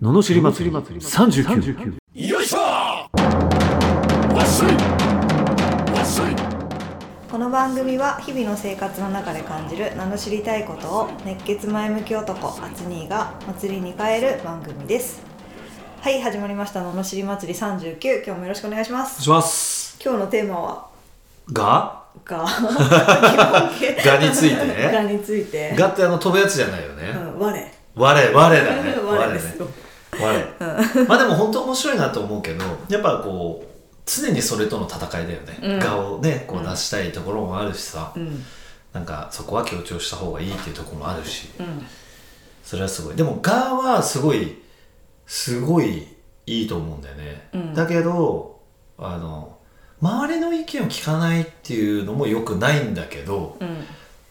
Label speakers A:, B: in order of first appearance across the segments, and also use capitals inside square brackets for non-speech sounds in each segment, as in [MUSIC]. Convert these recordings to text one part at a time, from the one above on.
A: ののしり祭り39
B: よいしょわっしょいわっしょい
C: この番組は日々の生活の中で感じる名の知りたいことを熱血前向き男アツニーが祭りに変える番組ですはい始まりました「のの知り祭り39」今日もよろしくお願いしま
A: お願い
C: す
A: します
C: 今日のテーマは
A: が [LAUGHS]
C: が
A: がについて
C: がについて
A: がってあの飛ぶやつじゃないよね、
C: うん、我
A: 我我だね
C: [LAUGHS] 我ですよ、
A: 我まあでも本当面白いなと思うけどやっぱこう常にそれとの戦いだよね、
C: うん
A: がをねこう出したいところもあるしさ、
C: うん
A: なんかそこは強調した方がいいっていうところもあるし
C: うん
A: それはすごいでも「が」はすごいすごいいいと思うんだよね、
C: うん
A: だけどあの周りの意見を聞かないっていうのもよくないんだけど
C: うん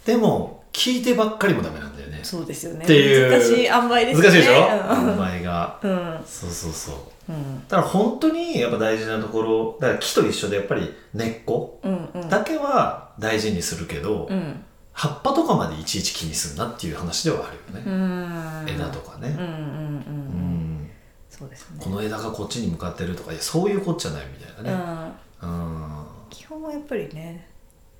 A: でも聞いてばっかりもダメなんだよね
C: そうですよね
A: っていう
C: 難しい塩梅で
A: 難
C: す
A: し
C: ね
A: いでしょ
C: うん
A: お前が
C: うん
A: そうそうそう
C: うん
A: だから本当にやっぱ大事なところだから木と一緒でやっぱり根っこ
C: うんうん
A: だけは大事にするけど、
C: うん
A: 葉っぱとかまでいちいち気にするなっていう話ではあるよ
C: う
A: ね、
C: ん
A: 枝とか
C: うんう
A: ね、
C: んうん
A: う
C: うん
A: ん
C: そうですね
A: この枝がこっちに向かってるとかいやそういうこっちゃないみたいなねう
C: うん
A: ん、
C: 基本はやっぱりね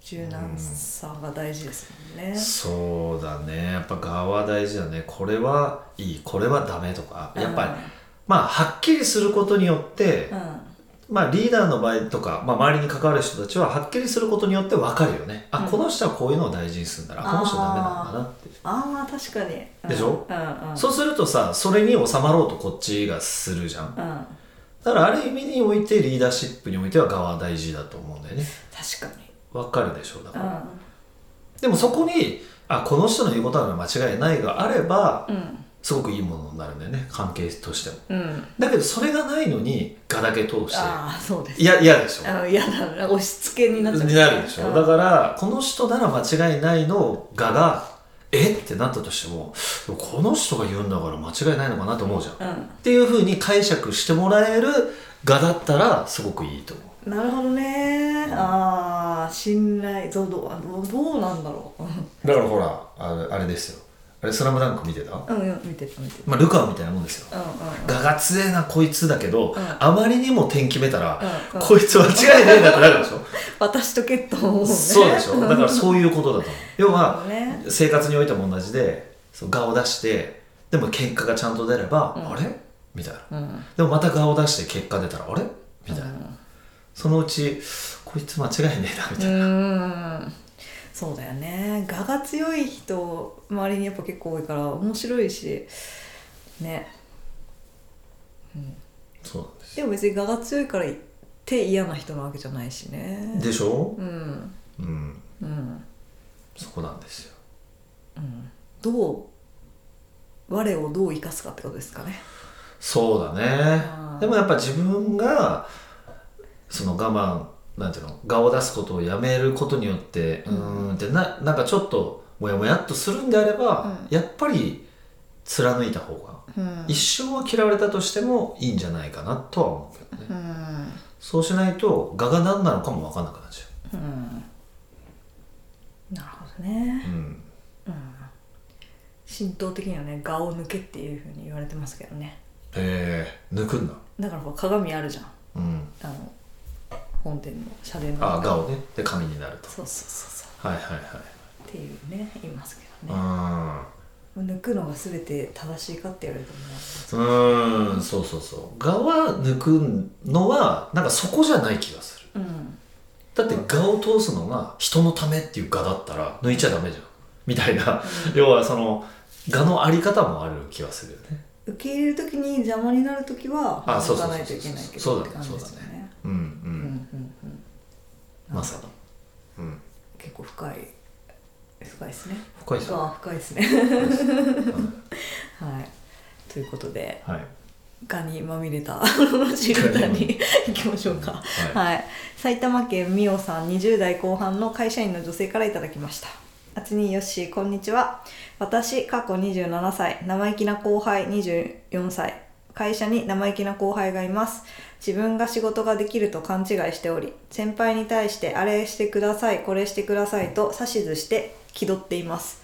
C: 柔軟さが大事ですもんね、
A: そうだねやっぱ側は大事だねこれはいいこれはダメとかやっぱり、まあはっきりすることによって、
C: うん
A: まあリーダーの場合とか、まあ、周りに関わる人たちははっきりすることによって分かるよねあ、
C: うん
A: この人はこういうのを大事にするんだなこの人はダメなんだなって
C: ああ確かに、うん
A: でしょ
C: うんうん
A: そうするとさそれに収まろうとこっちがするじゃん
C: うん
A: だからある意味においてリーダーシップにおいては側は大事だと思うんだよね
C: 確かに
A: 分かるでしょうだから、
C: う
A: でもそこにあこの人の言うことなら間違いないがあれば
C: んうん
A: すごくいいものになるんだよね関係としても
C: うん
A: だけどそれがないのにがだけ通して
C: ああそうです
A: いや嫌でしょ
C: あの嫌だ押し付けになっちゃう
A: になるでしょ、
C: うん
A: だからこの人なら間違いないのががえってなったとしてもでもこの人が言うんだから間違いないのかなと思うじゃん、っ
C: う
A: ていうふうに解釈してもらえるがだったらすごくいいと思うん
C: なるほどねああ信頼どうどうあのどうなんだろううん
A: だからほらあれあれですよあれ「スラムダンク見てた、
C: うんうん見てた見て
A: まあ、ルカワみたいなもんですよ
C: たうんうんうん
A: ガが強えなこいつだけど、
C: うん
A: あまりにも点決めたら、
C: うんうん
A: こいつ間違いないなってなるでしょ
C: 私と決闘をね
A: そうでしょだからそういうことだと思
C: [LAUGHS]
A: う要は、
C: ね
A: 生活においても同じでそう我を出してでも結果がちゃんと出れば、
C: うん
A: あれみたいな
C: うん
A: でもまた我を出して結果出たらあれみたいな、
C: うん
A: そのうちこいつ間違いねえなみ
C: う
A: たいな、
C: ーんそうだよね我が強い人周りにやっぱ結構多いから面白いしね
A: そうなんですよ
C: でも別に我が強いからって嫌な人なわけじゃないしね
A: でしょ
C: うん
A: うん
C: うん
A: そこなんですよ
C: どう我をどう生かすかってことですかね
A: そうだね
C: うん
A: でもやっぱ自分がその我慢なんていうの我を出すことをやめることによってう
C: うん
A: ーんってななんかちょっとモヤモヤっとするんであれば、
C: うん
A: やっぱり貫いた方が
C: うん
A: 一生は嫌われたとしてもいいんじゃないかなとは思うけどね、
C: うん
A: そうしないと我が何なのかも分かんなくなっちゃ
C: うんなるほどね
A: う、うん、
C: 浸透的にはね我を抜けっていうふうに言われてますけどね
A: えー、抜くんだ
C: だからほら鏡あるじゃん
A: うん
C: あの本店の社殿の
A: あ我をねで神になると
C: そうそうそうそう
A: はいはいはい
C: っていうね言いますけ
A: う
C: ど
A: ー
C: ね、
A: ん
C: 抜くのが全て正しいかって言われると思います
A: うーんそうそうそう我は抜くのはなんかそこじゃない気がする
C: うん
A: だって我を通すのが人のためっていう我だったら抜いちゃダメじゃんみたいな要はその我のあり方もある気がするよね
C: 受け入れる時に邪魔になる時は
A: あそう
C: 抜
A: そうそ
C: か
A: う
C: ない
A: そ
C: と
A: う
C: いけないけ
A: そう
C: ど
A: だね
C: って感じですよね
A: うんう、
C: うんんうんうん
A: まさに
C: [LAUGHS]
A: うん
C: 結構深い深いですね
A: 深いです
C: 深
A: よ
C: は深いですね
A: 深いですうん
C: はいということで
A: はい
C: 蚊にまみれ [LAUGHS] た知りたに行きましょうか
A: はい
C: はい、埼玉県美桜さん20代後半の会社員の女性からいただきましたあつによっしーこんにちは私過去27歳生意気な後輩24歳会社に生意気な後輩がいます自分が仕事ができると勘違いしており先輩に対してあれしてくださいこれしてくださいと指図して気取っています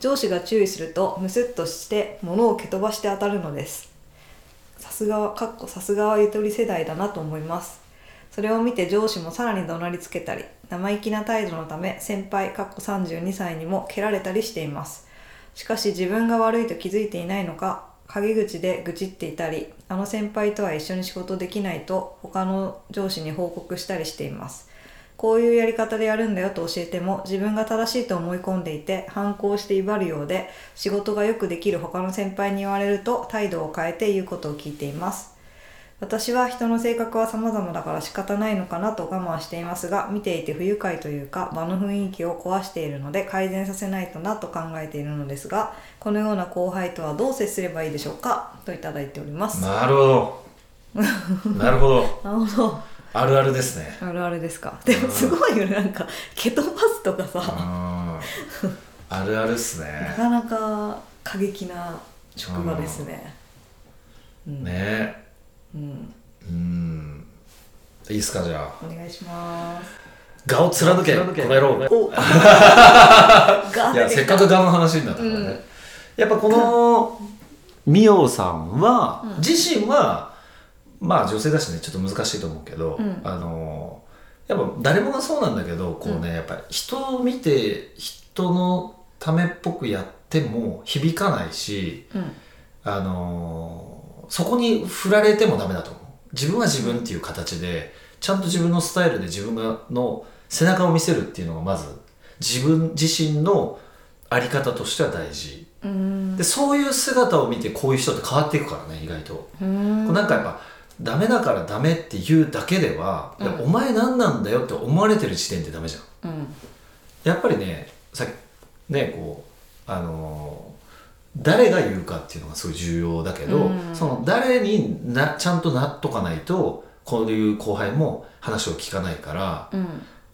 C: 上司が注意するとムスッとして物を蹴飛ばして当たるのですさすがはかっこさすがはゆとり世代だなと思いますそれを見て上司もさらに怒鳴りつけたり生意気な態度のため先輩かっこ32歳にも蹴られたりしていますしかし自分が悪いと気づいていないのか陰口で愚痴っていたりあの先輩とは一緒に仕事できないと他の上司に報告したりしていますこういうやり方でやるんだよと教えても自分が正しいと思い込んでいて反抗して威張るようで仕事がよくできる他の先輩に言われると態度を変えて言うことを聞いています私は人の性格は様々だから仕方ないのかなと我慢していますが見ていて不愉快というか場の雰囲気を壊しているので改善させないとなと考えているのですがこのような後輩とはどう接すればいいでしょうかといただいております、
A: なるほどなるほど
C: なるほど
A: あるあるですね
C: あるあるですかでもすごいよねなんか蹴飛ばすとか
A: うん
C: さ
A: あるあるっす
C: な
A: ね
C: かなか過激な職場ですねうん
A: ね
C: うん
A: うんいいっすかじゃあ
C: お願いします
A: 我を貫け
D: 貫け
A: この野郎
C: お
A: いやせっかく我の話になったからね、
C: うん
A: やっぱこの美桜さんは、自身はまあ女性だしねちょっと難しいと思うけど、
C: うん
A: あのやっぱ誰もがそうなんだけどこうね、やっぱ人を見て人のためっぽくやっても響かないし
C: うん
A: あのそこに振られてもダメだと思う自分は自分っていう形でちゃんと自分のスタイルで自分がの背中を見せるっていうのがまず自分自身のあり方としては大事
C: うん
A: でそういう姿を見てこういう人って変わっていくからね意外と、
C: うん
A: なんかやっぱダメだからダメっていうだけでは、いや
C: うん
A: お前何なんだよって思われてる時点でダメじゃん
C: うん
A: やっぱりねさっきねこうあのー誰が言うかっていうのがすごい重要だけど、
C: うん
A: その誰になちゃんとなっとかないとこういう後輩も話を聞かないから
C: う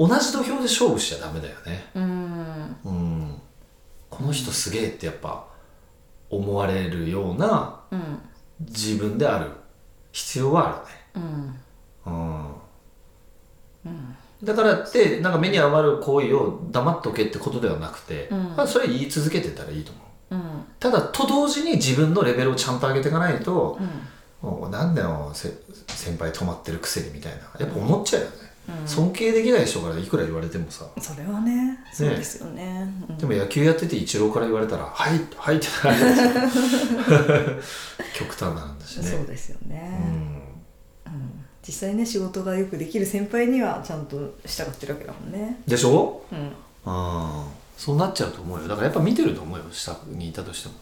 C: ん
A: 同じ土俵で勝負しちゃダメだよね
C: うん
A: うん、この人すげえってやっぱ思われるような
C: うん
A: 自分である必要はあるね、
C: う
A: う
C: ん
A: んだからってなんか目に余る行為を黙っとけってことではなくて、
C: うん
A: まあそれ言い続けてたらいいと思う
C: うん
A: ただと同時に自分のレベルをちゃんと上げていかないと
C: う、ん
A: もうなんだよせ先輩止まってるくせにみたいなやっぱ思っちゃうよね、
C: うん
A: 尊敬できない人からいくら言われてもさ、
C: それはねそうですよねうん
A: でも野球やっててイチローから言われたら「はいはい」ってなるん
C: [LAUGHS]
A: ですよ極端な話ね
C: そうですよ
A: う
C: ね
A: ん
C: 実際ね仕事がよくできる先輩にはちゃんと従ってるわけだもんね
A: でしょ
C: うん
A: うんそうなっちゃうと思うよだからやっぱ見てると思うよ下にいたとしても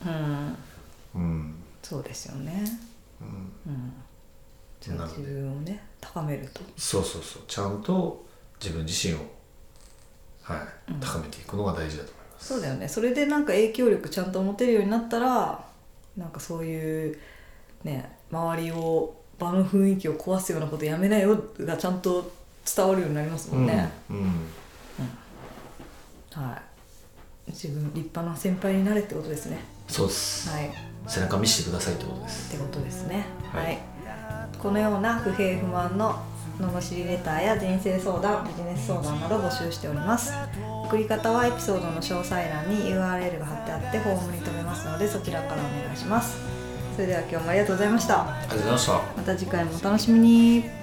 C: うん
A: うん
C: そうですよねうんじゃあ
A: なる
C: 自
A: ほど
C: 分をね高めると
A: そうそうそうちゃんと自分自身を、はい高めていくのが大事だと思います
C: そうだよねそれでなんか影響力ちゃんと持てるようになったらなんかそういうね周りを場の雰囲気を壊すようなことやめなよがちゃんと伝わるようになりますもんね、
A: うん、うん
C: はい自分立派な先輩になれってことですね
A: そうです、
C: はいっ
A: 背中見せてくださいってことです
C: てことですねは、
A: はいい
C: このような不平不満の罵りレターや人生相談ビジネス相談など募集しております送り方はエピソードの詳細欄に URL が貼ってあってフォームに飛べますのでそちらからお願いしますそれでは今日もありがとうございました
A: ありがとうございました
C: また次回もお楽しみに